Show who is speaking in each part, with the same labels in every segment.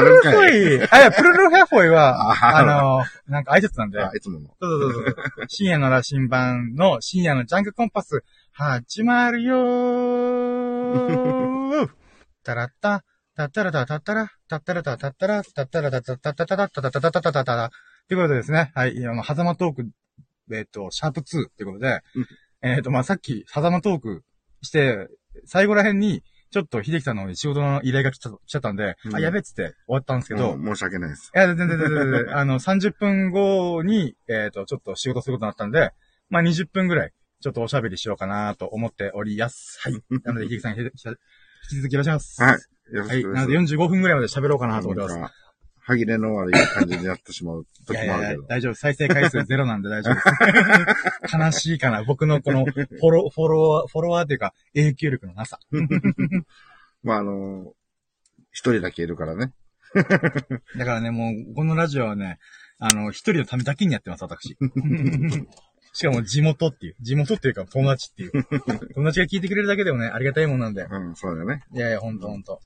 Speaker 1: いあ、いや、プルルフェアフォイは、
Speaker 2: あ
Speaker 1: あの、なんか挨拶なんで。
Speaker 2: あ、いつもの。
Speaker 1: そうそうそうそう。深夜の羅針盤の深夜のジャンクコンパス、始まるよー。たらった、たったらたたったら、たったらたたったら、たったらたたたたたたたたたたたたたた。ということでですね、はい、今の、狭間トーク、えっと、シャープ2ってことで
Speaker 2: うん、
Speaker 1: えっと、まあ、さっき、狭間トークして、最後ら辺に、ちょっと、秀樹さんの方に仕事の依頼が来ちゃ来ちゃったんで、
Speaker 2: うん
Speaker 1: あ、やべっつって終わったんですけど、
Speaker 2: うん申し訳ないです。
Speaker 1: いや、全然全然全然。あの、30分後に、えっ、と、ちょっと仕事することになったんで、まあ、20分ぐらい、ちょっとおしゃべりしようかなと思っておりやす。はい。なので、ひきさん、ひ引き続きよろしくお願いします。
Speaker 2: はい。。よ
Speaker 1: は
Speaker 2: ろし
Speaker 1: い。
Speaker 2: くお
Speaker 1: なの
Speaker 2: 願い
Speaker 1: で、
Speaker 2: し
Speaker 1: 45分ぐらいまで喋ろうかな
Speaker 2: ます。
Speaker 1: と思ってます。
Speaker 2: なんか歯切れの悪い感じになってしまう
Speaker 1: い
Speaker 2: 時
Speaker 1: やい
Speaker 2: も
Speaker 1: や
Speaker 2: あ
Speaker 1: いや
Speaker 2: るけど。
Speaker 1: 大丈夫。再生回数ゼロ なんで大丈夫。悲しいかな。僕のこの、フォロ、フォロワー、フォロワーというか、影響力のなさ。
Speaker 2: まあ、あの、一人だけいるからね。
Speaker 1: だからね、もう、このラジオはね、あの、一人のためだけにやってます、私。しかも地元っていう。地元っていうか友達っていう。友達が聞いてくれるだけでもね、ありがたいもんなんで。
Speaker 2: うん、そうだよね。
Speaker 1: いやいや、ほんとほんと。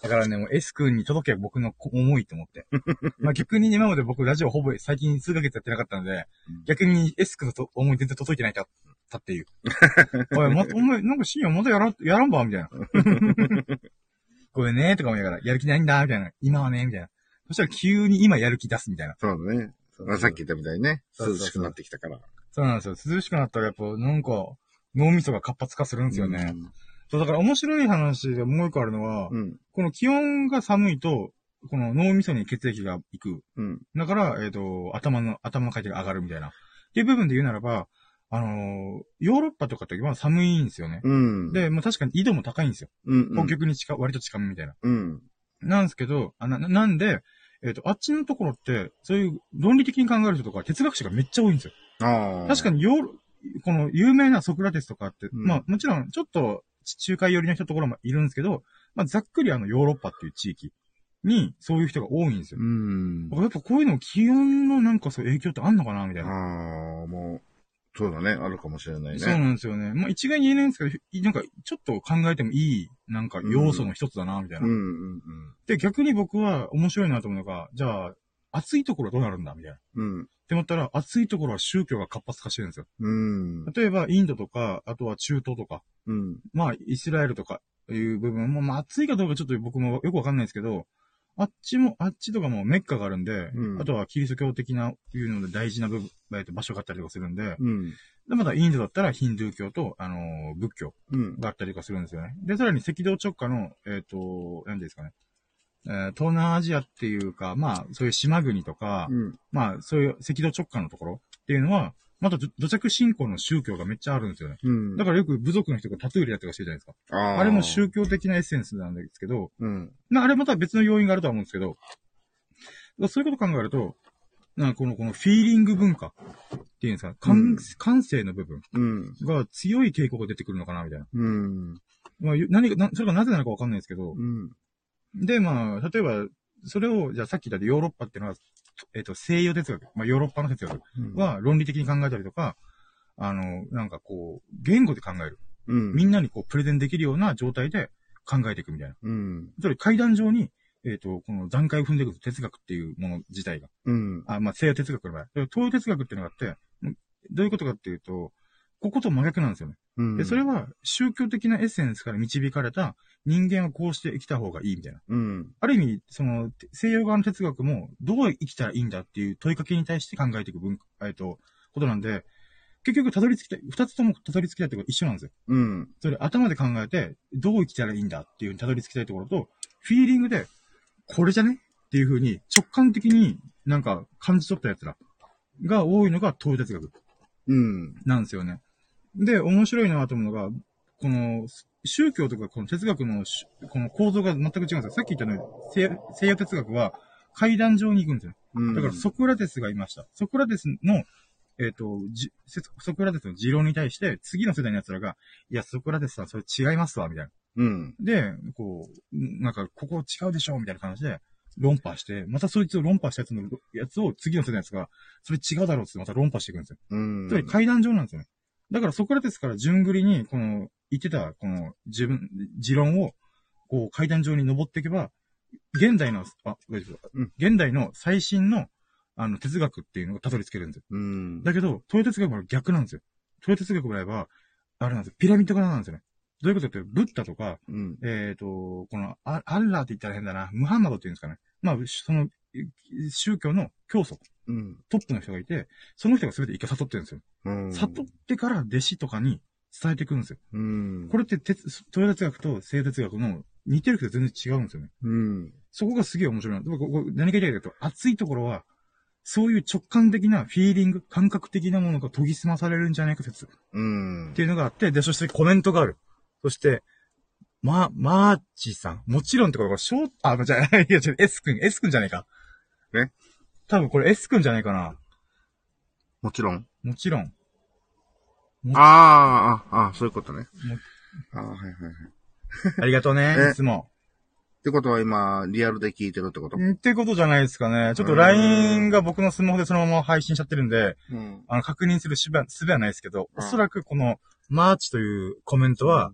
Speaker 1: だからね、もう S 君に届けば僕の思いと思って。まあ逆に今まで僕ラジオほぼ最近数ヶ月やってなかったので
Speaker 2: うん、
Speaker 1: 逆に S 君のと思い全然届いてないかったっていう。おい、ま、お前、なんか深夜またやらん、やらんばみたいな。ごめんね、とか思いながら、やる気ないんだ、みたいな。今はね、みたいな。そしたら急に今やる気出すみたいな。
Speaker 2: そうだね。まあさっき言ったみたいにね、
Speaker 1: そうそ
Speaker 2: 涼
Speaker 1: うそう
Speaker 2: しくなってきたから。
Speaker 1: そうなんですよ。涼しくなったらやっぱ、なんか、脳みそが活発化するんですよね。そう、だから面白い話でもう一個あるのは、
Speaker 2: うん。うん。
Speaker 1: この気温が寒いと、この脳みそに血液が行く。
Speaker 2: うん。
Speaker 1: だから、えっ、と、頭の、頭の回転が上がるみたいな。っていう部分で言うならば、あのーヨーロッパとかってまあ寒いんですよね。
Speaker 2: うん。
Speaker 1: で、まあ確かに緯度も高いんですよ。
Speaker 2: うん、う
Speaker 1: 北
Speaker 2: ん。
Speaker 1: 極に近、割と近めみたいな。
Speaker 2: うん。
Speaker 1: なんですけど、あなななんで、えっ、と、あっちのところって、そういう論理的に考える人とか哲学者がめっちゃ多いんですよ。
Speaker 2: ああ。
Speaker 1: 確か
Speaker 2: に。
Speaker 1: にヨーロ、この有名なソクラテスとかって、
Speaker 2: うん
Speaker 1: まあもちろんちょっと地中海寄りの人ところもいるんですけど、まあざっくりあのヨーロッパっていう地域にそういう人が多いんですよ。
Speaker 2: うん
Speaker 1: だか。らやっぱこういうの気温のなんかそう影響ってあんのかなみたいな。
Speaker 2: ああ、もう、そうだね。あるかもしれないね。
Speaker 1: そうなんですよね。まあ一概に言えないんですけど、なんかちょっと考えてもいいなんか要素の一つだなみたいな。
Speaker 2: うんうん
Speaker 1: で逆に僕は面白いなと思うのが、じゃあ暑いところはどうなるんだみたいな。っ
Speaker 2: うん。
Speaker 1: て思ったら暑いところは宗教が活発化してるんですよ。
Speaker 2: うん。うん。
Speaker 1: 例えばインドとか、あとは中東とか。
Speaker 2: うん。
Speaker 1: まあ、イスラエルとかいう部分も、まあ、暑いかどうかちょっと僕もよくわかんないですけど、あっちも、あっちとかもメッカがあるんで、
Speaker 2: うん
Speaker 1: あとはキリスト教的な、いうので大事な部分、えっと場所があったりとかするんで、
Speaker 2: うん。
Speaker 1: で、またインドだったらヒンドゥー教と、あのー仏教
Speaker 2: うん。
Speaker 1: があったりとかするんですよね。で、さらに赤道直下の、えっ、と、何ですかね。えー東南アジアっていうか、まあ、そういう島国とか、
Speaker 2: うん。
Speaker 1: まあ、そういう赤道直下のところっていうのは、また土土着信仰の宗教がめっちゃあるんですよね。
Speaker 2: うん。
Speaker 1: だからよく部族の人がタトゥー入れたりとかしてるじゃないですか。
Speaker 2: あー
Speaker 1: あれも宗教的なエッセンスなんですけど、
Speaker 2: うん。
Speaker 1: なあれまた別の要因があるとは思うんですけど、だからそういうことを考えると、なんかこの、このフィーリング文化っていうんですか、感,、
Speaker 2: うん
Speaker 1: 感性の部分
Speaker 2: うん。
Speaker 1: が強い傾向が出てくるのかな、みたいな。
Speaker 2: うん。
Speaker 1: まあ、ゆ何が、なそれがなぜなのかわかんないですけど、
Speaker 2: うん。
Speaker 1: で、まあ、例えば、それを、じゃあさっき言ったヨーロッパっていうのは、えっ、と、西洋哲学、まあヨーロッパの哲学は論理的に考えたりとか、あの、なんかこう、言語で考える。
Speaker 2: うん、
Speaker 1: みんなにこう、プレゼンできるような状態で考えていくみたいな。
Speaker 2: うん。
Speaker 1: つまり階段上に、えっ、と、この段階を踏んでいく哲学っていうもの自体が。
Speaker 2: うん。
Speaker 1: あ、まあ、西洋哲学の場合。東洋哲学っていうのがあって、うんどういうことかっていうと、ここと真逆なんですよね。
Speaker 2: うん。
Speaker 1: で、それ、は宗教的なエッセンスから導かれた人間はこうして生きた方がいいみたいな。
Speaker 2: うん。
Speaker 1: ある意味、その、て西洋側の哲学もどう生きたらいいんだっていう問いかけに対して考えていく文化、えっ、と、ことなんで、結局たどり着きたい、二つともたどり着きたいってこと一緒なんですよ
Speaker 2: うん。
Speaker 1: それ頭で考えて、どう生きたらいいんだっていうふうにたどり着きたいところと、フィーリングで、これじゃねっていうふうに直感的になんか感じ取ったやつらが多いのが東洋哲学
Speaker 2: うん。
Speaker 1: なんですよね。で、面白いなと思うのが、この宗教とかこの哲学のしこの構造が全く違うんですよ。さっき言ったように西西洋哲学は階段上に行くんですよ。
Speaker 2: うん。
Speaker 1: だからソクラテスがいました。ソクラテスの、えっ、と、じソクラテスの持論に対して、次の世代の奴らが、いや、ソクラテスさん、それ違いますわ、みたいな。
Speaker 2: うん。
Speaker 1: で、こう、なんか、ここ違うでしょ、みたいな感じで、論破して、またそいつを論破したやつの、やつを次の世代のやつが、それ違うだろうっつってまた論破していくんですよ。
Speaker 2: うん。
Speaker 1: つまり階段上なんですよね。だからソクラテスから順繰りに、この、言ってた、この、自分、持論を、こう、階段上に登っていけば、現代の、あ、大丈夫だ
Speaker 2: うん
Speaker 1: 現代の最新の、あの、哲学っていうのをたどり着けるんですよ。
Speaker 2: うん。
Speaker 1: だけど、東洋哲学は逆なんですよ。東洋哲学ぐらいは、あれなんですよ。ピラミッド型なんですよね。どういうことかって、ブッダとか、
Speaker 2: うん。
Speaker 1: えっ、と、このア、アッラーって言ったら変だな、ムハンマドっていうんですかね。まあ、その、い宗教の教祖、
Speaker 2: うん。
Speaker 1: トップの人がいて、その人が全て一回悟ってるんですよ。
Speaker 2: うん。
Speaker 1: 悟ってから弟子とかに伝えていくんですよ。
Speaker 2: うん。
Speaker 1: これって哲、東洋哲学と西洋哲学の似てるけど全然違うんですよね。
Speaker 2: うん。
Speaker 1: そこがすげえ面白いな。でもここ何が言いたいかというと、熱いところは、そういう直感的なフィーリング、感覚的なものが研ぎ澄まされるんじゃないか説っ
Speaker 2: うん。
Speaker 1: ていうのがあって、で、そしてコメントがある。そして、ま、マーチさん。もちろんってことが、ショー、あ、じゃあ、い や、違う、S 君、S 君じゃないか。
Speaker 2: え
Speaker 1: 多分これ S 君じゃないかな。
Speaker 2: もちろん。
Speaker 1: もちろん。
Speaker 2: ああ、ああ、そういうことね。ああ、はいはいはい。っ
Speaker 1: ありがとうね
Speaker 2: え、
Speaker 1: いつも。
Speaker 2: てことは今、リアルで聞いてるってこと
Speaker 1: んってことじゃないですかね。ちょっと
Speaker 2: うーん
Speaker 1: LINE が僕のスマホでそのまま配信しちゃってるんで、
Speaker 2: うん。
Speaker 1: あの、確認するすべはないですけど、
Speaker 2: う
Speaker 1: お
Speaker 2: ん
Speaker 1: そらくこの、マーチというコメントは、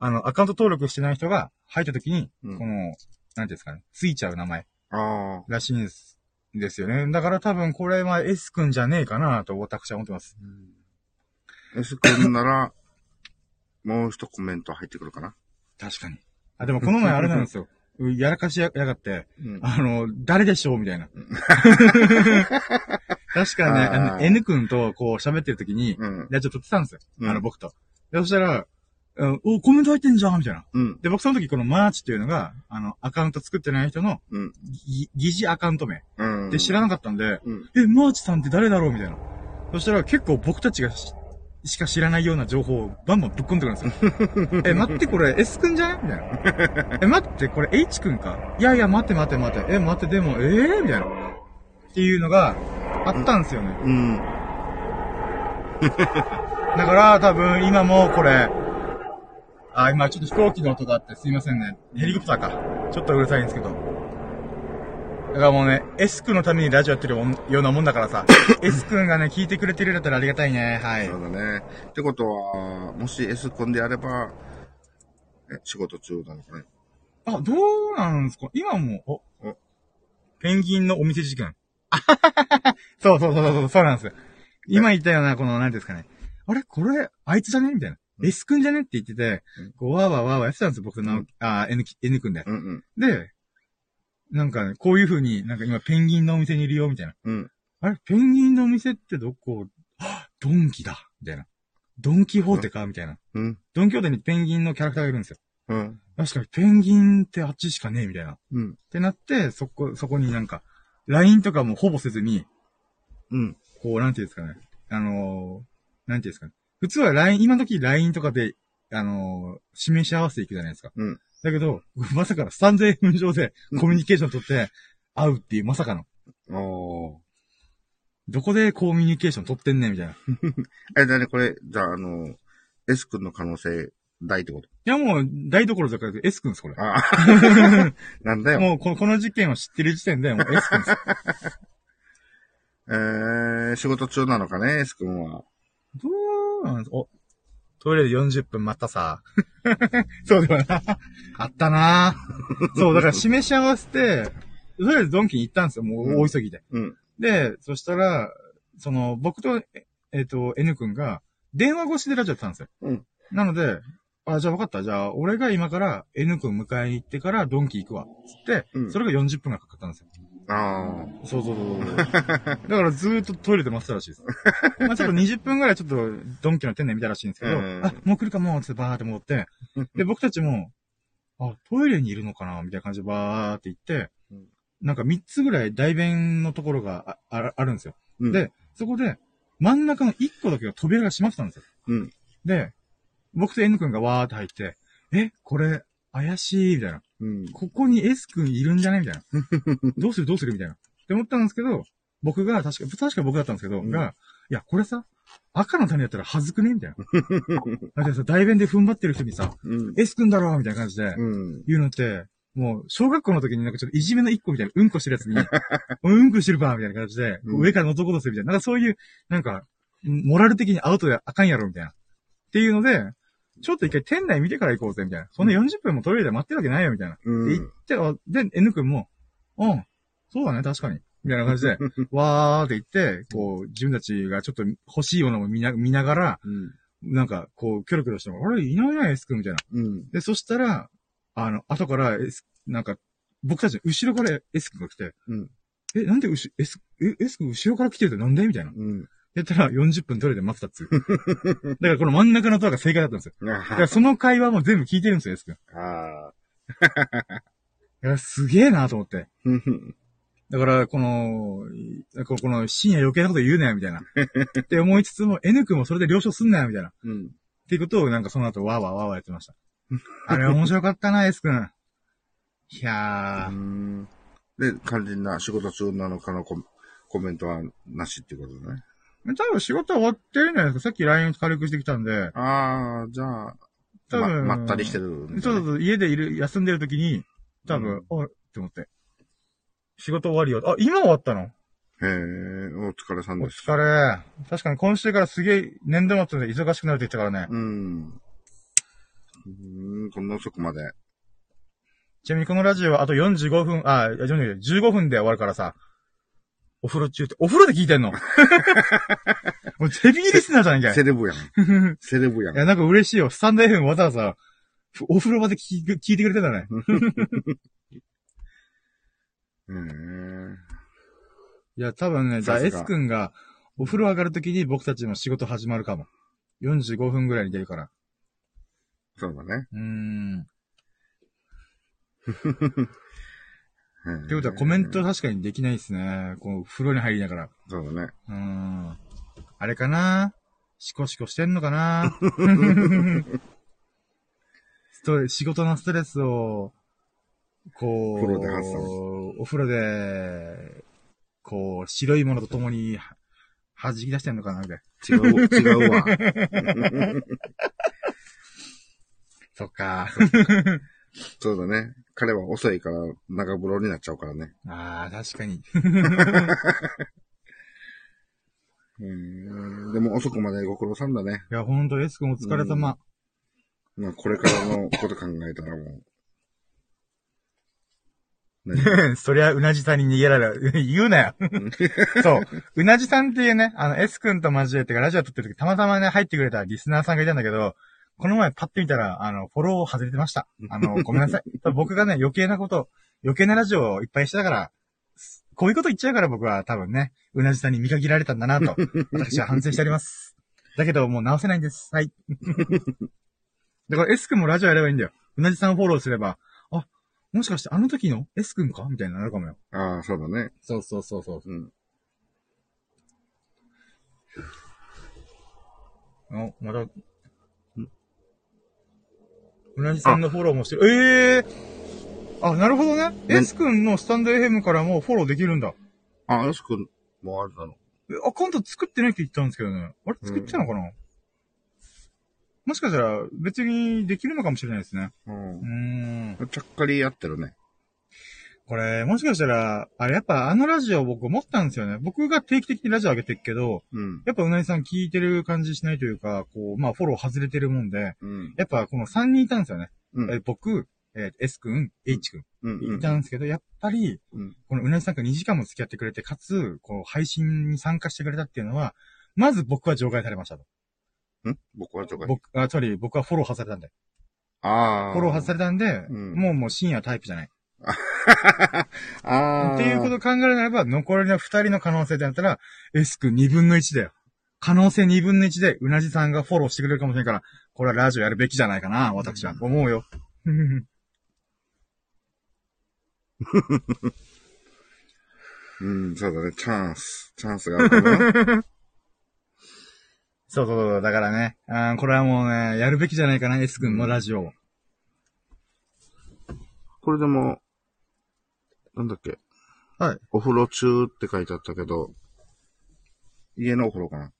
Speaker 1: あの、アカウント登録してない人が入った時に、
Speaker 2: うん
Speaker 1: この、なんていうんですかね、ついちゃう名前
Speaker 2: ああ。
Speaker 1: らしいんですですよね。だから多分これは S 君じゃねえかなと私は思ってます。
Speaker 2: S 君なら、もう一コメント入ってくるかな。
Speaker 1: 確かに。あ、でもこの前あれなんですよ。やらかしややがって、
Speaker 2: うん。
Speaker 1: あの、誰でしょうみたい な。確かね、あ
Speaker 2: あ
Speaker 1: の、
Speaker 2: ー
Speaker 1: N 君とこう喋ってる時に、
Speaker 2: うん。
Speaker 1: ラジオ撮ってたんですよ。
Speaker 2: うん
Speaker 1: あの、僕と。で、そしたら、うんお、コメント入ってんじゃんみたいな。
Speaker 2: うん。
Speaker 1: で、僕その時このマーチっていうのが、あの、アカウント作ってない人の、
Speaker 2: うん
Speaker 1: ぎ疑似アカウント名。
Speaker 2: うん。
Speaker 1: で、知らなかったんで、
Speaker 2: うん。
Speaker 1: え、マーチさんって誰だろうみたいな。そしたら結構僕たちがししか知らないような情報をバンバンぶっ込んでくるんです よ。え、待って、これ S 君じゃねみたいな。え、待って、これ H 君かいやいや、待って待って待って。え、待って、でも、えー、みたいな。っていうのがあったんですよね。
Speaker 2: うん。
Speaker 1: だから、多分、今もこれ、あ、今ちょっと飛行機の音があってすいませんね。ヘリコプターか。ちょっとうるさいんですけど。だからもうね、S 君のためにラジオやってるようなもんだ からさ、S 君がね、聞いてくれてるんだったらありがたいね。はい。
Speaker 2: そうだね。ってことは、もし S 君であれば、え仕事中なのかね。
Speaker 1: あ、どうなんですか今もう、お
Speaker 2: お、
Speaker 1: ペンギンのお店事件。そうそうそうそう、そうなんですよ。今言ったような、この、なんていうんですかね。あれこれ、あいつじゃねみたいな。
Speaker 2: うん
Speaker 1: レス君じゃねって言ってて
Speaker 2: うん、
Speaker 1: こう、わーわーわーわーやってたんですよ、僕の、あー、N、N 君で。
Speaker 2: うんうん。
Speaker 1: で、なんかね、こういう風に、なんか今ペンギンのお店にいるよ、みたいな。
Speaker 2: うん。
Speaker 1: あれペンギンのお店ってどこ はっドンキだみたいな。ドンキホーテかみたいな。
Speaker 2: うん。
Speaker 1: ドンキホーテにペンギンのキャラクターがいるんですよ。
Speaker 2: うん。
Speaker 1: 確かにペンギンってあっちしかねえ、みたいな。っ
Speaker 2: うん。
Speaker 1: てなって、そこ、そこになんか、LINE とかもほぼせずに、
Speaker 2: うん。
Speaker 1: こう、なんていうんですかね。あのー、なんていうんですかね。普通は LINE、今時 LINE とかで、あのー、示し合わせていくじゃないですか。
Speaker 2: うん
Speaker 1: だけど、まさかのスタンド FM 上でコミュニケーション取って会うっていう、まさかの。
Speaker 2: おー。
Speaker 1: どこでコミュニケーション取ってんねんみたいな。い
Speaker 2: え、だね、これ、じゃあ、あの、S 君の可能性大ってこと
Speaker 1: やもう、台所とかで S 君で す、これ。
Speaker 2: ああ、なんだよ。
Speaker 1: もうこの、この事件を知ってる時点で、もう S 君です。
Speaker 2: えー、仕事中なのかね、S 君は。
Speaker 1: どうなんですお、トイレで40分待ったさ。 そうではな。あったな そう、だから示し合わせて、とりあえずドンキに行ったんですよ、もう大急ぎで。
Speaker 2: うん。
Speaker 1: で、そしたら、その、僕と、ええっ、と、N 君が、電話越しでラジオやってたんですよ。
Speaker 2: うん
Speaker 1: なので、あ、じゃあ分かった。じゃあ、俺が今から N 君迎えに行ってからドンキ行くわ。つって、
Speaker 2: うん
Speaker 1: それが40分がかかったんですよ。
Speaker 2: あ
Speaker 1: そうそうそうそう。だからずーっとトイレで待ってたらしいです。まあちょっと20分ぐらいちょっとドンキの店内見たらしいんですけど、
Speaker 2: うん
Speaker 1: あ、もう来るかも、つってバーって戻って、で、僕たちも、あ、トイレにいるのかなみたいな感じでバーって行って
Speaker 2: うん、
Speaker 1: なんか3つぐらい代弁のところがあああるんですよ。
Speaker 2: あ。
Speaker 1: で、そこで、真ん中の1個だけが扉が閉まってたんですよ。
Speaker 2: うん
Speaker 1: で、僕と N 君がわーって入って、え、これ、怪しい、みたいな。
Speaker 2: うん。
Speaker 1: ここに S 君いるんじゃねみたいな。 どうするどうするみたいな。って思ったんですけど、僕が、確か、確か僕だったんですけど、
Speaker 2: うん
Speaker 1: が、いや、これさ、赤の種だったら恥ずくねみたいな。 だってさ、代弁で踏ん張ってる人にさ、
Speaker 2: うん。
Speaker 1: S 君だろみたいな感じで、
Speaker 2: うん。
Speaker 1: 言うのって、もう、小学校の時になんかちょっといじめの一個みたいな、うんこしてるやつに、 おいうんこしてるばみたいな感じで、
Speaker 2: うん
Speaker 1: 上から覗こうとするみたいな、なんかそういう、なんか、モラル的にアウトであかんやろみたいな。っていうので、ちょっと一回店内見てから行こうぜ、みたいな。そんな40分もトイレで待ってるわけないよ、みたいな。
Speaker 2: う
Speaker 1: で、行
Speaker 2: ん
Speaker 1: っ。てあ、で、N 君も、うん、そうだね、確かに。みたいな感じ で、わーって言って、こう、自分たちがちょっと欲しいものを見な見ながら、
Speaker 2: うん。
Speaker 1: なんか、こう、キョロキョロしても、あれ、いないな、S 君みたいな。
Speaker 2: うん。
Speaker 1: で、そしたら、あの、後から、S、なんか、僕たちの後ろから S 君が来て、
Speaker 2: うん。
Speaker 1: え、なんでうし、S、え、S 君後ろから来てるってなんでみたいな。
Speaker 2: うん。
Speaker 1: やったら40分トイレで待ってたっつう。だからこの真ん中のドアが正解だったんですよ。
Speaker 2: あ
Speaker 1: だからその会話も全部聞いてるんですよ、S 君。
Speaker 2: あ
Speaker 1: いや、すげえなと思って。
Speaker 2: ー。うん
Speaker 1: だから、この、いここの深夜余計なこと言うなよ、みたい な。って思いつつも、N 君もそれで了承すんなよ、みたいな。っ
Speaker 2: うん。
Speaker 1: ていうことを、なんかその後、わーわーわーわーやってました。あれ面白かったな、S 君。いや
Speaker 2: う
Speaker 1: ー、
Speaker 2: んで、肝心な仕事中なのかのココメントはなしっていうことだね。
Speaker 1: 多分仕事終わってるんじゃないですか。さっき LINE 軽くしてきたんで、
Speaker 2: ああ、じゃあ、
Speaker 1: 多分
Speaker 2: ままったりしてる、ね。
Speaker 1: そうそうそう、家でいる、休んでる時に、多分、あって思って。仕事終わりよ。あ、今終わったの
Speaker 2: へえ、お疲れさん
Speaker 1: お
Speaker 2: です。
Speaker 1: 疲れ。確かに今週からすげえ年度末で忙しくなるって言ってたからね。
Speaker 2: うん。うーん、こんな遅くまで。
Speaker 1: ちなみにこのラジオはあと45分、あ、いや15分で終わるからさ、お風呂中って、お風呂で聞いてん のもうテレビリスナーじゃんけ。
Speaker 2: セレブやん。
Speaker 1: い
Speaker 2: セレブやん。
Speaker 1: や、なんか嬉しいよ。スタンド FM わざわざ、ふお風呂場で聞く聞いてくれてたね。
Speaker 2: へえ
Speaker 1: いや、多分ね、じゃあ
Speaker 2: さすが
Speaker 1: S 君が、お風呂上がるときに僕たちも仕事始まるかも。45分ぐらいに出るから。
Speaker 2: そうだね。
Speaker 1: うーん。っ
Speaker 2: へえ
Speaker 1: てことはコメント確かにできないですね。こう、風呂に入りながら。
Speaker 2: そうだね。
Speaker 1: うーん。あれかなシコシコしてんのか なストレ仕事のストレスを、こう、
Speaker 2: 風呂で発散
Speaker 1: お風呂で、こう、白いものと共には弾き出してんのかなみたいな。
Speaker 2: 違う、違うわ。
Speaker 1: そっか。
Speaker 2: そうだね。彼は遅いから長風呂になっちゃうからね。
Speaker 1: ああ、確かに。
Speaker 2: へえでも遅くまでご苦労さんだね。
Speaker 1: いや、ほんと、エス君お疲れ様。
Speaker 2: まあ、これからのこと考えたらもう。 ね
Speaker 1: そりゃ、うなじさんに逃げられる。 言うなよ。そう。うなじさんっていうね、あの、S 君と交えてラジオ撮ってる時、たまたまね、入ってくれたリスナーさんがいたんだけど、この前パッて見たら、あの、フォロー外れてました。あの、ごめんなさい。僕がね、余計なこと、余計なラジオをいっぱいしてたから、すこういうこと言っちゃうから僕は多分ね、うなじさんに見限られたんだなと、私は反省しております。だけど、もう直せないんです。はい。 だから S 君もラジオやればいいんだよ。うなじさんをフォローすれば、あ、もしかしてあの時の S 君かみたいになるかもよ。
Speaker 2: ああ、そうだね。
Speaker 1: そうそうそうそう。
Speaker 2: うん。
Speaker 1: お、また、うなじさんのフォローもしてる。ええー、あ、なるほどね。
Speaker 2: ね
Speaker 1: S 君のスタンド FM からもフォローできるんだ。
Speaker 2: あ、よしくんもあれなの。
Speaker 1: えアカウント作ってないって言ったんですけどね。あれ作ってたのかな、もしかしたら別にできるのかもしれないですね。うー。
Speaker 2: うんん。ちゃっかりやってるね。
Speaker 1: これ、もしかしたら、あれやっぱあのラジオ僕思ったんですよね。僕が定期的にラジオ上げてるけど、
Speaker 2: うん。
Speaker 1: やっぱうなぎさん聞いてる感じしないというか、こう、まあフォロー外れてるもんで、
Speaker 2: うん。
Speaker 1: やっぱこの3人いたんですよね。
Speaker 2: うん
Speaker 1: えー僕、えー S 君、H 君、
Speaker 2: うんうん
Speaker 1: いたんですけど、やっぱり、
Speaker 2: うん
Speaker 1: このうなじさんが2時間も付き合ってくれて、かつ、こう、配信に参加してくれたっていうのは、まず僕は除外されましたと。
Speaker 2: ん僕はとか。
Speaker 1: 僕、あ、つまり僕はフォロー外されたんで。
Speaker 2: ああ。
Speaker 1: フォロー外されたんで、
Speaker 2: うん
Speaker 1: もうもう深夜はタイプじゃない。
Speaker 2: ああ。
Speaker 1: っていうことを考えるならば、残りの2人の可能性であったら、S 君2分の1だよ。可能性2分の1で、うなじさんがフォローしてくれるかもしれないから、これはラジオやるべきじゃないかな、私は。思うよ。
Speaker 2: うん、そうだね。チャンス。チャンスがあるから ね。
Speaker 1: そうそうそう。だからね、うん、これはもうね、やるべきじゃないかな、S 君のラジオを。
Speaker 2: これでも、なんだっけ。
Speaker 1: はい。
Speaker 2: お風呂中って書いてあったけど、家のお風呂かな。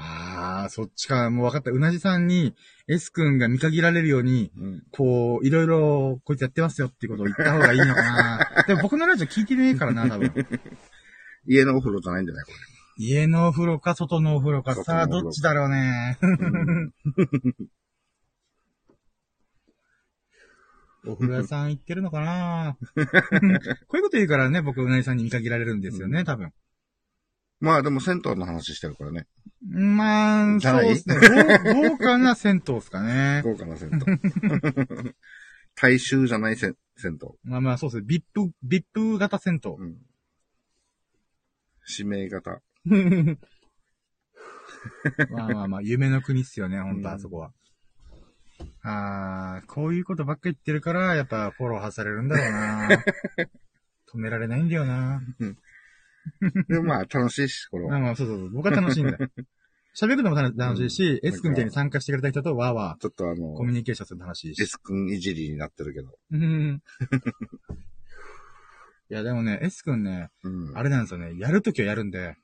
Speaker 1: ああ、そっちか。もう分かった。うなじさんに S 君が見限られるように、
Speaker 2: うん。
Speaker 1: こう、いろいろ、こいつやってますよっていうことを言った方がいいのか な。でも僕のラジオ聞いてねえからな、多分。
Speaker 2: 家のお風呂じゃない んじゃないこ
Speaker 1: 家のお風呂か、外のお風呂か、さあ、
Speaker 2: 外の
Speaker 1: ど
Speaker 2: お風呂
Speaker 1: っちだろうね。
Speaker 2: れ。うん
Speaker 1: お風呂屋さん行ってるのかなこういうこと言うからね、僕、うなぎさんに見限られるんですよね、多分。
Speaker 2: まあでも銭湯の話してるからね。
Speaker 1: まあ、
Speaker 2: じゃ
Speaker 1: そう
Speaker 2: ない
Speaker 1: ですね。豪豪華な銭湯ですかね。
Speaker 2: 豪華な銭湯。 大衆じゃない銭銭湯。
Speaker 1: まあまあ、そうですね。ビップ、ビップ型銭 湯。
Speaker 2: うん。指名型。
Speaker 1: まあまあまあ、夢の国っすよね、ほんと、
Speaker 2: うん
Speaker 1: あそこは。あー、こういうことばっか言ってるから、やっぱフォロー外されるんだろうな 止められないんだよな
Speaker 2: で、まあ楽しいし、これ
Speaker 1: ま
Speaker 2: は。
Speaker 1: あまあ、そうそうそう。僕は楽しいんだ よ。喋るのも楽楽しいし、
Speaker 2: うん
Speaker 1: S 君みたいに参加してくれた人とわーわ
Speaker 2: ちょっとあ
Speaker 1: ー
Speaker 2: の
Speaker 1: コ、ミュニケーションするの楽しいし。
Speaker 2: S 君いじりになってるけど。
Speaker 1: うん いや、でもね、S 君ね、
Speaker 2: うん。
Speaker 1: あれなんですよね、やるときはやるんで、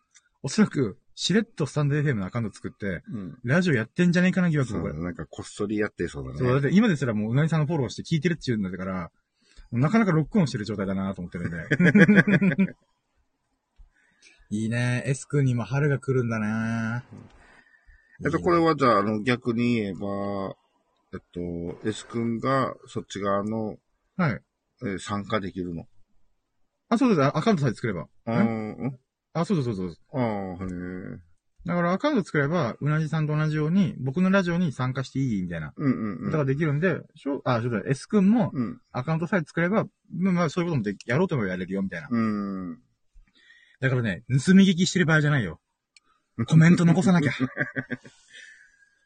Speaker 1: おそらく、しれっとスタンド FM のアカウント作って、
Speaker 2: うん。
Speaker 1: ラジオやってんじゃねえかな疑惑、
Speaker 2: そう
Speaker 1: これ
Speaker 2: だ。ねなんかこっそりやってそうだね。
Speaker 1: そう、だって今ですらもううなぎさんのフォローして聞いてるっていうんだから、なかなかロックオンしてる状態だなと思ってるんで。 いいね。S 君にも春が来るんだな
Speaker 2: えっと、これはじゃあ、あの、逆に言えば、えっと、S 君がそっち側の、
Speaker 1: はい。
Speaker 2: えー参加できるの。
Speaker 1: あ、そうです。あアカウントさえ作れば。
Speaker 2: あーうん。
Speaker 1: あ、そうそうそうそう。
Speaker 2: ああ、へえ。
Speaker 1: だからアカウント作れば、うなじさんと同じように、僕のラジオに参加していいみたいな。
Speaker 2: うんうんう
Speaker 1: だ
Speaker 2: ん。
Speaker 1: からできるんで、しょあ、そうだ、S 君も
Speaker 2: うん。
Speaker 1: アカウントさえ作れば、まあまあそういうこともできやろうともやれるよ、みたいな。
Speaker 2: うん。
Speaker 1: だからね、盗み聞きしてる場合じゃないよ。コメント残さなきゃ。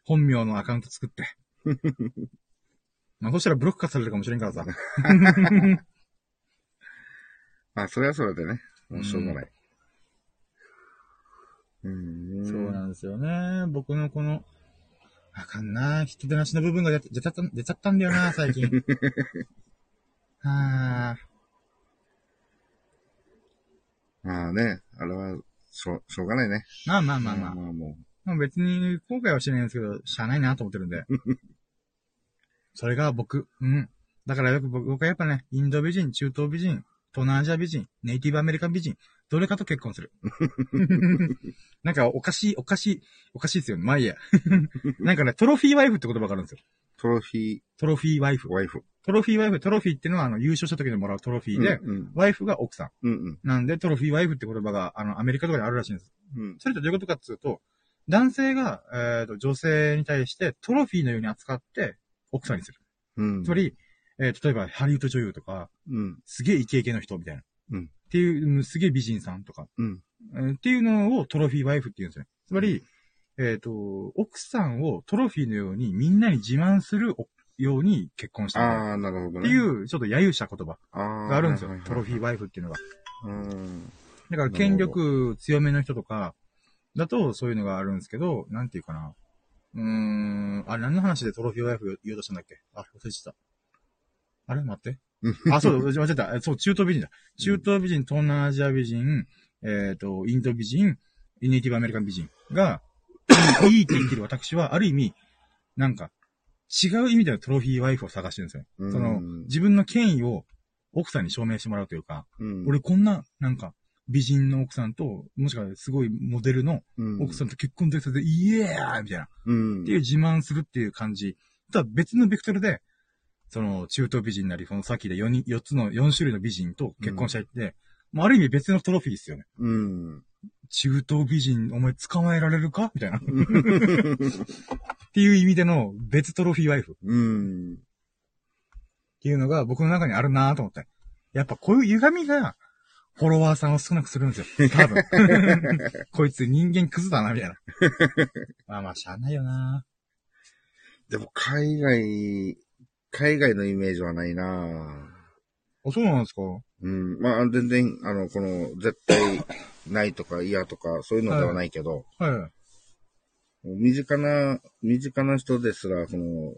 Speaker 1: 本名のアカウント作って。まあ、そしたらブロック化されるかもしれんからさ。
Speaker 2: まあ、それはそれでね。もうしょうがない。うん。
Speaker 1: そうなんですよね。僕のこの、あかんな。人手なしの部分が出出ちゃった、出ちゃったんだよな、最近。はあ。
Speaker 2: まあね、あれは、しょう、しょうがないね。
Speaker 1: まあまあまあまあ。
Speaker 2: まあも
Speaker 1: まあ別に後悔はしてないんですけど、しゃあないなと思ってるんで。それが僕。うん。だからよく僕僕はやっぱね、インド美人、中東美人、東南アジア美人、ネイティブアメリカン美人、どれかと結婚する。なんかおかしい、おかしい、おかしいですよね。まあいいや。 なんかね、トロフィーワイフって言葉があるんですよ。
Speaker 2: う、トロフィー
Speaker 1: トロフィーワイフ。
Speaker 2: ワイフ。
Speaker 1: トロフィーワイフ、トロフィーってのはあの優勝した時にもらうトロフィーで、
Speaker 2: うん
Speaker 1: ワイフが奥さん。
Speaker 2: うん。うん
Speaker 1: なんでトロフィーワイフって言葉があのアメリカとかにあるらしいんです。
Speaker 2: うん。うん。
Speaker 1: それってどういうことかっていうと、男性が、えーと女性に対してトロフィーのように扱って奥さんにする。
Speaker 2: うん。
Speaker 1: つまり、えー例えばハリウッド女優とか、
Speaker 2: うん。
Speaker 1: すげえイケイケの人みたいな。
Speaker 2: うん
Speaker 1: っていう、うんすげえ美人さんとか、
Speaker 2: うん。
Speaker 1: えーっていうのをトロフィーワイフって言うんですよね。つまり、えっ、と、奥さんをトロフィーのようにみんなに自慢するおように結婚したみたいな。
Speaker 2: ああ、なるほど
Speaker 1: っ
Speaker 2: ね。
Speaker 1: ていう、ちょっと揶揄した言葉
Speaker 2: あー
Speaker 1: があるんですよ
Speaker 2: はいはい。はい
Speaker 1: トロフィーワイフっていうのが。
Speaker 2: うん。
Speaker 1: だから権力強めの人とか、だとそういうのがあるんですけど、なんていうかな。うーん、あれ何の話でトロフィーワイフ言おうとしたんだっけあ、忘れてた。あれ待って。あ、そうだ、間違えた。えそう、中東美人だ。中東美人、東南アジア美人、えっ、と、インド美人、ネイティブアメリカン美人が、いいって言ってる私は、ある意味、なんか、違う意味でのトロフィーワイフを探してるんですよね。
Speaker 2: うん
Speaker 1: その、自分の権威を奥さんに証明してもらうというか、
Speaker 2: うん、
Speaker 1: 俺こんな、なんか、美人の奥さんと、もしくはすごいモデルの奥さんと結婚できたで、イエーイみたいな。っ
Speaker 2: うん、
Speaker 1: ていう自慢するっていう感じ。とは別のベクトルで、その中東美人なり、そのさっきで4人、4つの、4種類の美人と結婚したいって、もうある意味別のトロフィーですよね。
Speaker 2: うん。
Speaker 1: 中東美人、お前捕まえられるかみたいな。っていう意味での別トロフィーワイフっ
Speaker 2: うん。
Speaker 1: ていうのが僕の中にあるなぁと思って。やっぱこういう歪みが、フォロワーさんを少なくするんですよ。多 分。こいつ人間クズだな、みたいな。まあまあ、しゃあないよな
Speaker 2: でも、海外、海外のイメージはないな
Speaker 1: あ、そうなんですか
Speaker 2: うん。まあ、全然、あの、この、絶対、ないとか嫌とか、そういうのではないけど、
Speaker 1: はい。
Speaker 2: 身近な、身近な人ですら、その、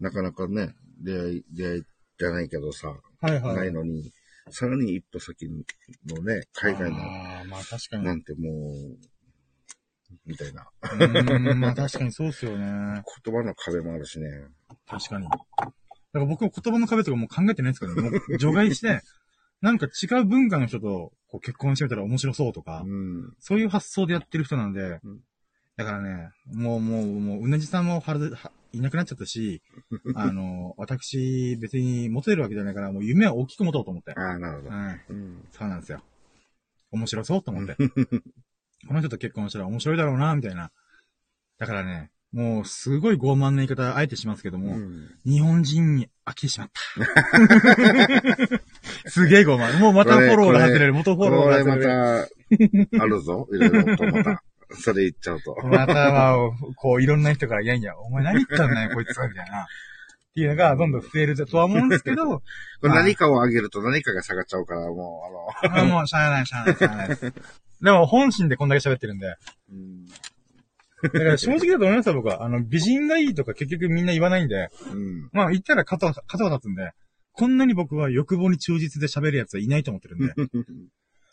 Speaker 2: なかなかね、出会い、出会いじゃないけどさ、
Speaker 1: はい
Speaker 2: な
Speaker 1: はいい。
Speaker 2: のに、さらに一歩先のね、海外の、
Speaker 1: ああ、まあ確かに。
Speaker 2: な
Speaker 1: うん
Speaker 2: てもう、みたいな。
Speaker 1: ーん、まあ確かにそうっすよね。
Speaker 2: 言葉の壁もあるしね。
Speaker 1: 確かに。だから僕は言葉の壁とかもう考えてないですからね。もう除外して、なんか違う文化の人とこう結婚してみたら面白そうとか
Speaker 2: う、ん。
Speaker 1: そういう発想でやってる人なんで
Speaker 2: うん、
Speaker 1: だからね、もうもう、もう、うなじさんもはる、はいなくなっちゃった し、あの、私、別に持てるわけじゃないから、もう夢は大きく持とうと思って。
Speaker 2: ああ、なるほ
Speaker 1: う
Speaker 2: ど。
Speaker 1: ん。
Speaker 2: うん。
Speaker 1: そうなんですよ。面白そうと思 って。この人と結婚したら面白いだろうな、みたいな。だからね、もうすごい傲慢な言い方、あえてしますけど
Speaker 2: う
Speaker 1: も、
Speaker 2: ん。
Speaker 1: 日本人に飽きてしまった。 すげえ傲慢。もうまたフォローが外れる。元フ
Speaker 2: こ
Speaker 1: ォローが
Speaker 2: れ
Speaker 1: 外
Speaker 2: ま
Speaker 1: れる。
Speaker 2: た、あるぞ。いろいろとまた。それ言っちゃうと。
Speaker 1: または、こう、いろんな人から、いやいや、お前何言ったんだよ、こいつは、みたいな。っていうのが、どんどん増えるとは思うんですけど、
Speaker 2: これ何かをあげると何かが下がっちゃうから、もう、あの、
Speaker 1: あもう、しゃあない、しゃあない、しゃあないです。でも、本心でこんだけ喋ってるんで。
Speaker 2: うん。
Speaker 1: だから、正直だと思いますよ、僕は。あの、美人がいいとか結局みんな言わないんで。
Speaker 2: うん。
Speaker 1: まあ、言ったら肩は、肩は立つんで。こんなに僕は欲望に忠実で喋る奴はいないと思ってるんで。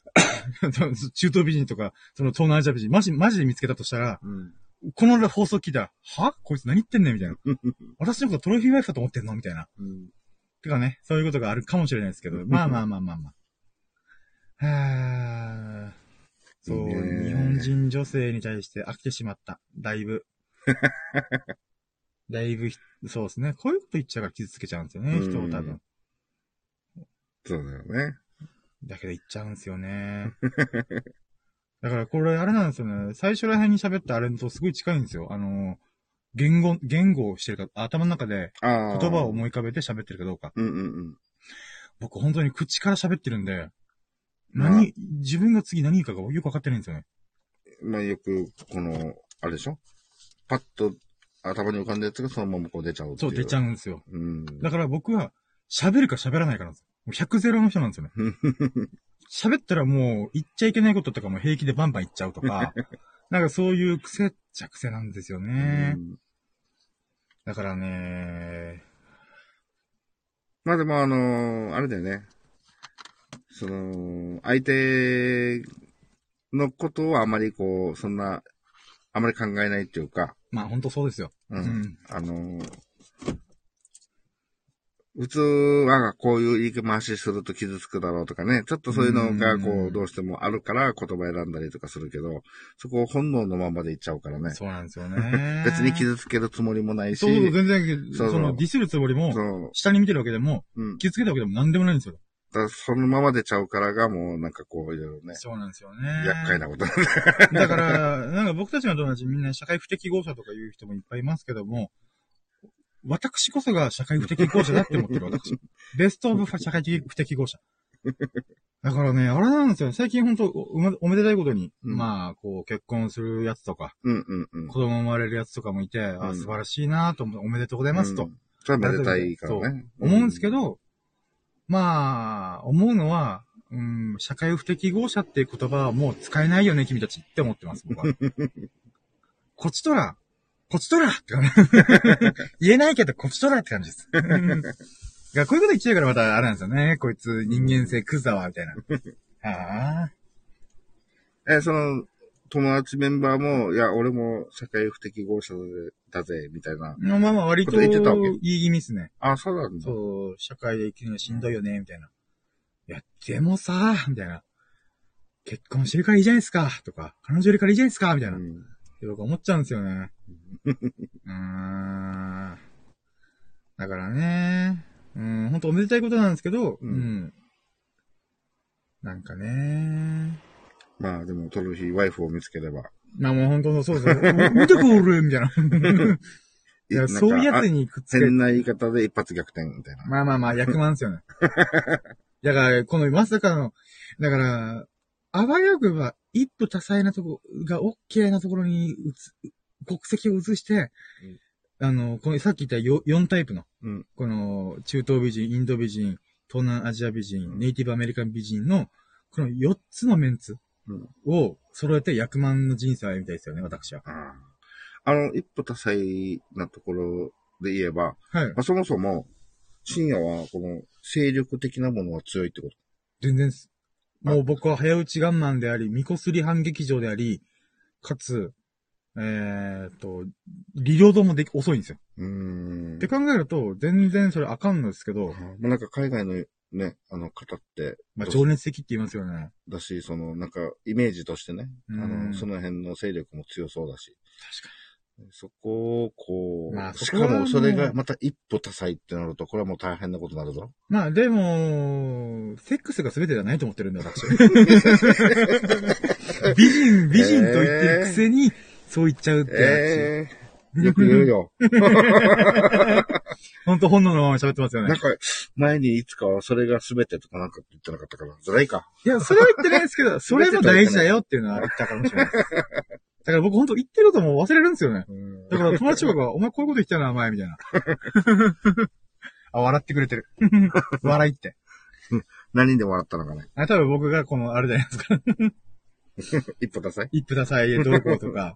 Speaker 1: 中東美人とか、その東南アジア美人、マジ、マジで見つけたとしたら、
Speaker 2: うん。
Speaker 1: この放送聞いたら、はこいつ何言ってんねんみたいな。私のことトロフィーワイフだと思ってんのみたいな。
Speaker 2: うん。
Speaker 1: てかね、そういうことがあるかもしれないですけど、まあまあまあまあまあ。はぁ。そう、
Speaker 2: いいね
Speaker 1: 日本人女性に対して飽きてしまった。だい ぶ。だいぶひ、そうですね。こういうこと言っちゃうから傷つけちゃうんですよね、人を多
Speaker 2: う
Speaker 1: 分
Speaker 2: ん。 そうだよね。
Speaker 1: だけど言っちゃうんですよ ね。だからこれ、あれなんですよね。最初ら辺に喋ったあれとすごい近いんですよ。あの、言語、言語をしてるか、頭の中で
Speaker 2: ああ。
Speaker 1: 言葉を思い浮かべて喋ってるかどうか。
Speaker 2: うんうん
Speaker 1: 僕本当に口から喋ってるんで、
Speaker 2: まあ
Speaker 1: 何、自分が次何言うかがよくわかってないんですよね。
Speaker 2: うん。まあよく、この、あれでしょパッと頭に浮かんだやつがそのままこう出ちゃうって
Speaker 1: そ、
Speaker 2: いうう。
Speaker 1: 出ちゃ
Speaker 2: う。
Speaker 1: うんですよ。
Speaker 2: うん。
Speaker 1: だから僕は喋るか喋らないかなんですよ。もう100ゼロの人なんですよね。喋ったらもう言っちゃいけないこととかも平気でバンバン言っちゃうと か、なんかそういう癖っちゃ癖なんですよね。
Speaker 2: うん
Speaker 1: だからね、
Speaker 2: まあでもあのーあれだよね。その、相手のことをあまりこう、そんな、あまり考えないっていうか、
Speaker 1: まあ本当そうですよ。う
Speaker 2: う。
Speaker 1: んん。
Speaker 2: あのー普通はこういう言い回しすると傷つくだろうとかね、ちょっとそういうのが
Speaker 1: う
Speaker 2: こ
Speaker 1: ん
Speaker 2: う、どうしてもあるから言葉選んだりとかするけど、そこを本能のままでいっちゃうからね。。
Speaker 1: そうなんですよね
Speaker 2: 別に傷つけるつもりもないし、
Speaker 1: そう、全然、
Speaker 2: そうそう
Speaker 1: そのディスるつもりも
Speaker 2: そ、う、
Speaker 1: 下に見てるわけでも、
Speaker 2: うん。
Speaker 1: 傷つけたわけでも何でもないんですよ。
Speaker 2: だからそのまま出ちゃうからがもうなんかこう、いろいろね、
Speaker 1: そうなんですよね。
Speaker 2: 厄介なことなんだ
Speaker 1: だから、なんか僕たちの友達みんな社会不適合者とか言う人もいっぱいいますけども、私こそが社会不適合者だって思ってる 私。ベストオブ社会不適合者。だからね、あれなんですよ。最近本当おめおめでたいことに、
Speaker 2: うん
Speaker 1: まあ、こう、結婚するやつとか、
Speaker 2: うんうんうん。
Speaker 1: 子供生まれるやつとかもいて、あ
Speaker 2: うん
Speaker 1: 素晴らしいなと思って、おめでとうございますと
Speaker 2: うん。それはめでたいからね。
Speaker 1: 思うんですけど、まあ、思うのは、うん、社会不適合者っていう言葉はもう使えないよね、君たちって思ってます、僕 は。こちとら、こちとらって感 じ。言えないけど、こちとらって感じです。がこういうこと言っちゃうからまたあれなんですよね。こいつ人間性クズだわ、みたい な。ああ。
Speaker 2: うん。え、その、友達メンバーも、いや、俺も社会不適合者だぜ、みたいな。
Speaker 1: まあまあ割と
Speaker 2: こと
Speaker 1: 言
Speaker 2: 言ってたわけ
Speaker 1: い気味ですね。
Speaker 2: あ、そうなんだ。
Speaker 1: そう、社会で生きるのしんどいよね、みたいな。いや、でもさ、みたいな。結婚してるからいいじゃないですか、とか、彼女いるからいいじゃないですか、みたいな。っ
Speaker 2: ん。
Speaker 1: て僕は思っちゃうんですよ ね。うーん。だからね、うん、本当おめでたいことなんですけど、う。
Speaker 2: うんん
Speaker 1: なんかね、
Speaker 2: まあ、でも、トロフィーワイフを見つければ。
Speaker 1: まあもう本当そうですよ。見てこれ みたいな。いや、そういうやつ
Speaker 2: に。
Speaker 1: にくっつけ
Speaker 2: 変な言い方で一発逆転みたいな。
Speaker 1: まあまあまあ、役満ですよね。 だから、このまさかの、だから、あわよくば、一夫多妻なとこが OK なところに移す、国籍を移して、あの、このさっき言ったよ4タイプの、
Speaker 2: うん
Speaker 1: この中東美人、インド美人、東南アジア美人、ネイティブアメリカン美人の、この4つのメンツ
Speaker 2: うん
Speaker 1: を揃えて役満の人生を歩みたいですよね、私は。
Speaker 2: ああの、一歩多彩なところで言えば、
Speaker 1: はい。
Speaker 2: まあ、そもそも、深夜は、この、勢力的なものは強いってこと。
Speaker 1: 全然す。もう僕は早打ち我慢であり、みこすり反劇場であり、かつ、えーっと、リロードもでき、遅いんですよ。
Speaker 2: うーん。
Speaker 1: って考えると、全然それあかんのですけど、
Speaker 2: まあ、なんか海外のね、あの方って、
Speaker 1: まあ、
Speaker 2: どう
Speaker 1: 情熱的って言いますよね。
Speaker 2: だし、その、なんか、イメージとしてね、
Speaker 1: う
Speaker 2: あ
Speaker 1: ん
Speaker 2: の、その辺の勢力も強そうだし。そこを、こう、
Speaker 1: まあ
Speaker 2: し
Speaker 1: そ
Speaker 2: か
Speaker 1: こは
Speaker 2: もそれ
Speaker 1: も
Speaker 2: が
Speaker 1: う
Speaker 2: また一歩多彩ってなると、これはもう大変なことになるぞ。
Speaker 1: まあでも、セックスが全てじゃないと思ってるんだよ、 私。美人、美人と言ってるくせに、そう言っちゃうってやつ。
Speaker 2: ええよく言うよ。
Speaker 1: ほんと本能のまま喋ってますよ
Speaker 2: なん
Speaker 1: ね。
Speaker 2: か、前にいつかはそれが全てとかなんかって言ってなかったから、ずらいか。
Speaker 1: いや、それは言ってないですけ ど、それも大事だよっていうのは言ったかもしれないです。だから僕ほんと言ってることも忘れるんですよね。だから友達とか が、お前こういうこと言ってたな、前、みたいな。あ、笑ってくれてる。笑いって。
Speaker 2: 何で笑ったのかね。
Speaker 1: あ、多分僕がこの、あれじゃないですか。
Speaker 2: 一歩多彩
Speaker 1: 一夫多妻へどうこうとか。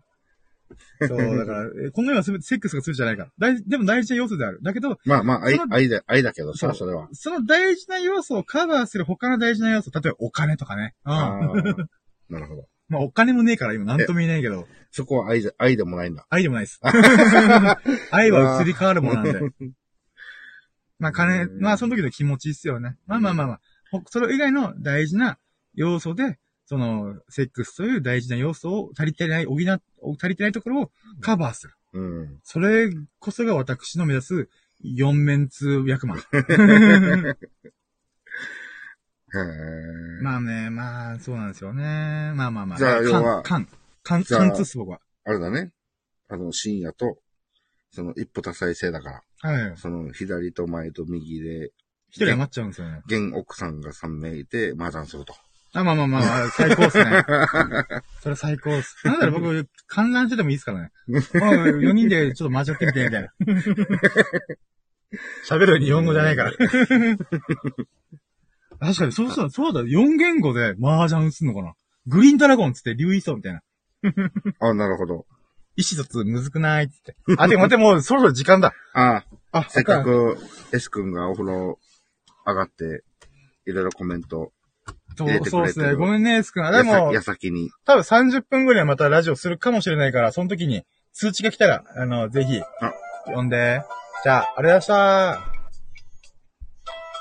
Speaker 1: そう、だから、えこの世はすべてセックスが全てじゃないから。大事でも大事な要素である。だけど、
Speaker 2: まあまあ、愛
Speaker 1: そ、の
Speaker 2: 愛だ、愛だけど
Speaker 1: そ
Speaker 2: さ、
Speaker 1: う
Speaker 2: それは。
Speaker 1: その大事な要素をカバーする他の大事な要素、例えばお金とかね。うん。
Speaker 2: あーなるほど。
Speaker 1: まあお金もねえから今何とも言えないけど、
Speaker 2: そこは愛で、愛でもないんだ。
Speaker 1: 愛でも ないです。 愛は移り変わるものなんで。まあ金、
Speaker 2: うん
Speaker 1: まあその時の気持ちっすよね。まあまあまあまあ、ほそれ以外の大事な要素で、その、セックスという大事な要素を足りてない、補な、足りてないところをカバーする。
Speaker 2: うん。
Speaker 1: それこそが私の目指す四面通役 満。
Speaker 2: へえ。
Speaker 1: まあね、まあ、そうなんですよね。まあまあまあ。
Speaker 2: じゃあ
Speaker 1: 缶
Speaker 2: 要は
Speaker 1: 缶。缶、
Speaker 2: じゃあ
Speaker 1: 缶通っす、僕は。
Speaker 2: あれだね。あの、深夜と、その一歩多彩性だから。
Speaker 1: はい。
Speaker 2: その左と前と右で、
Speaker 1: 一人余っちゃうんですよね。
Speaker 2: 現奥さんが3名いて、麻雀すると。
Speaker 1: あ、まあまあまあまあ、最高っす ね。それ最高っす。なんだろう、僕、観覧しててもいいっす からね。4人でちょっとマジョってみて、みたいな。喋る日本語じゃ ないから。確かに、そうそう、そうだ、4言語で麻雀打つのかな。グリーンドラゴンっつって、竜イソみたいな。
Speaker 2: あ、なるほど。
Speaker 1: 意思疎通むずくないっつって。あ、でも待って、もうそろそろ時間だ。
Speaker 2: あ
Speaker 1: あ、
Speaker 2: せっかく S 君がお風呂上がって、いろいろコメント。
Speaker 1: そ
Speaker 2: 入れて
Speaker 1: う、
Speaker 2: く
Speaker 1: そう
Speaker 2: れ
Speaker 1: です
Speaker 2: てる
Speaker 1: ね。ごめんね、エス君。でも
Speaker 2: や、さ矢先に。
Speaker 1: 多分30分ぐらいまたラジオするかもしれないから、その時に通知が来たら、あの、ぜひ
Speaker 2: あ、
Speaker 1: 呼んで。じゃあ、ありがとうございました。